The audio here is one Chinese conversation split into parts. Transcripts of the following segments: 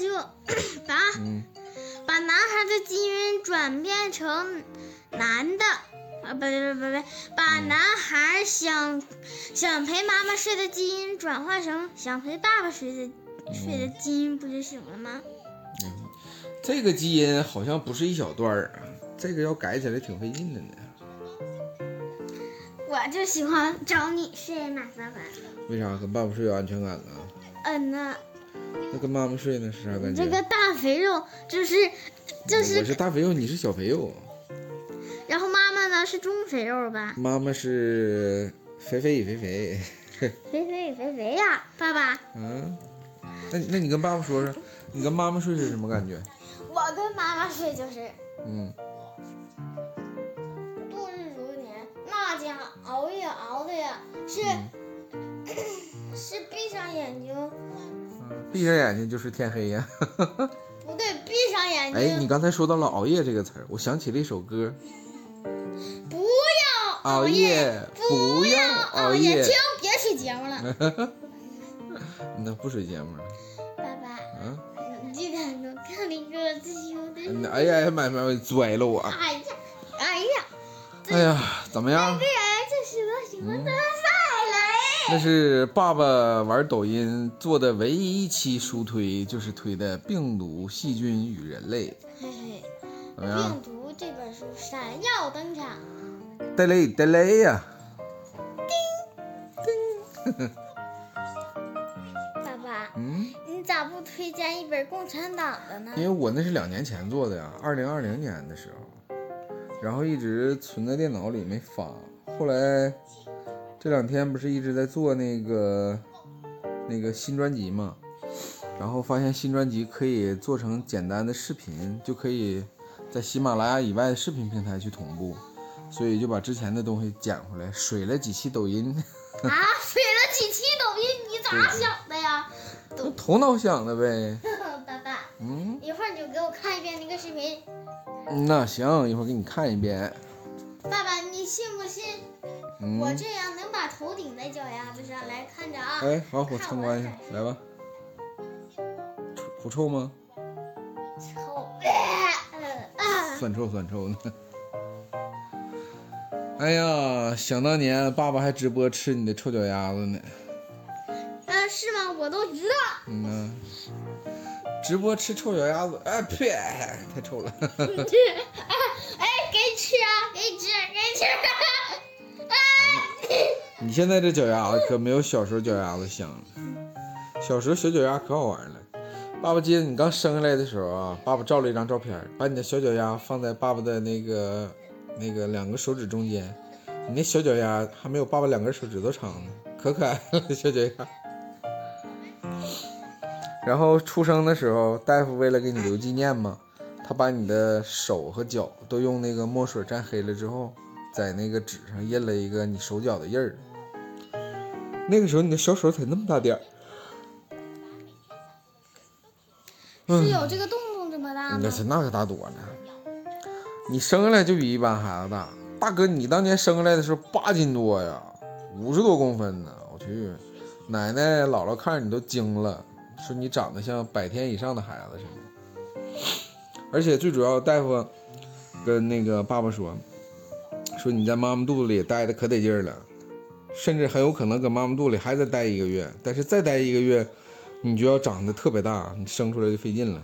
就把嗯，把男孩的基因转变成男的，啊，不对不对不对，把男孩想想陪妈妈睡的基因转化成想陪爸爸睡的睡的基因，不就行了吗？这个基因好像不是一小段儿啊，这个要改起来挺费劲的呢。我就喜欢找你睡，马三凡。为啥跟爸爸睡有安全感啊？嗯呐，那跟妈妈睡呢是啥感觉？这个大肥肉就是就我是，是大肥肉，你是小肥肉，然后妈妈呢是中肥肉吧？妈妈是肥肥与肥肥。 肥肥肥肥呀，爸爸。嗯，那那你跟爸爸说说，你跟妈妈睡是什么感觉？我跟妈妈睡 就是嗯，度日如年，那家熬夜熬的呀，是、嗯 是闭上眼睛，闭上眼睛就是天黑呀。 不对，闭上眼哎，你睛，刚才说到了熬夜这个词儿，我想起了一首歌，不要熬夜，夜不不要熬熬夜嗯听，别水节目了，那不水节目了爸爸，啊？哎你这两能看一个最凶的嗯哎呀呀妈呀妈呀，拽了我！啊哎呀，哎呀，哎呀，怎么样这？人就是我喜欢的嗯范那是爸爸玩抖音做的唯一一期书推，就是推的《病毒、细菌与人类》，嘿嘿，怎么样病？毒这本书闪耀登场，带雷带雷呀！爸爸，嗯，你咋不推荐一本共产党的呢因？为我那是两年前做的呀，二零二零年的时候，然后一直存在电脑里没发，后来这两天不是一直在做那个那个新专辑嘛，然后发现新专辑可以做成简单的视频，就可以在喜马拉雅以外的视频平台去同步，所以就把之前的东西捡回来，水了几期抖音，啊，水了几期抖音，你咋想的呀？头脑想的呗。爸爸，嗯，一会儿你就给我看一遍那个视频。那行，一会儿给你看一遍。爸爸，你信不信嗯，我这样能把头顶在脚丫子上？来看着啊，哎，好，我参观一下，来吧。臭不臭吗？臭。呃啊，酸臭酸臭 的。哎呀，想当年爸爸还直播吃你的臭脚丫子呢。啊是吗？我都知道。嗯呐，直播吃臭脚丫子，哎呸，太臭了。哎，给你吃啊，给你吃，给你吃。你现在这脚丫子可没有小时候脚丫子香了。小时候小脚丫可好玩了。爸爸记得你刚生下来的时候啊，爸爸照了一张照片，把你的小脚丫放在爸爸的那个那个两个手指中间，你那小脚丫还没有爸爸两根手指头长呢，可可爱了小脚丫。然后出生的时候，大夫为了给你留纪念嘛，他把你的手和脚都用那个墨水蘸黑了之后，在那个纸上印了一个你手脚的印儿。那个时候你的小手才那么大点儿，嗯是有这个洞洞这么大那吗？是那可大多了。你生下来就比一般孩子大，大哥，你当年生下来的时候八斤多呀，五十多公分呢，我去，奶奶姥姥看着你都惊了，说你长得像百天以上的孩子似的。而且最主要，大夫跟那个爸爸说，说你在妈妈肚子里待的可得劲儿了，甚至很有可能搁妈妈肚里还得待一个月，但是再待一个月，你就要长得特别大，你生出来就费劲了。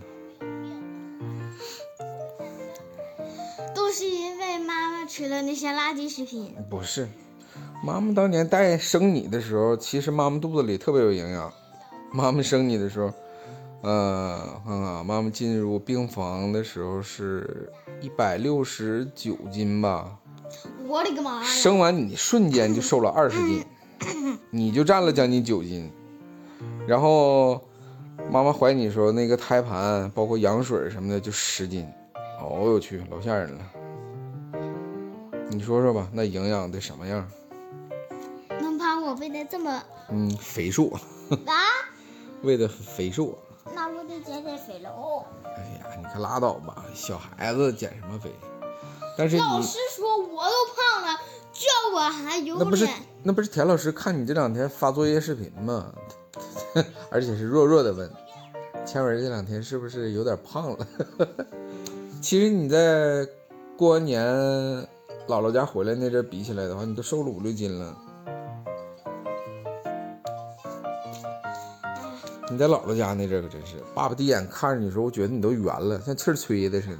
都是因为妈妈吃了那些垃圾食品。不是，妈妈当年带生你的时候，其实妈妈肚子里特别有营养。妈妈生你的时候，呃，我看看啊，妈妈进入病房的时候是一百六十九斤吧，我的个妈呀！生完你瞬间就瘦了二十斤，你就占了将近九斤。然后妈妈怀你的时候，那个胎盘包括羊水什么的就十斤，哦我去，老吓人了。你说说吧，那营养得什么样？能把我喂得这么嗯，肥硕， 啊？喂的肥硕。那我得减减肥喽。哎呀，你可拉倒吧，小孩子减什么肥？但是你老师说我都胖了，叫我还有那不是脸。那不是田 老师看你这两天发作业视频吗？而且是弱弱的问，千文这两天是不是有点胖了？ 其实你在过完年姥姥家回来那阵儿比起来的话，你都瘦了五六斤了。你在姥姥家那阵儿可真是，爸爸第一眼看着你的时候，我觉得你都圆了，像气儿吹的似的。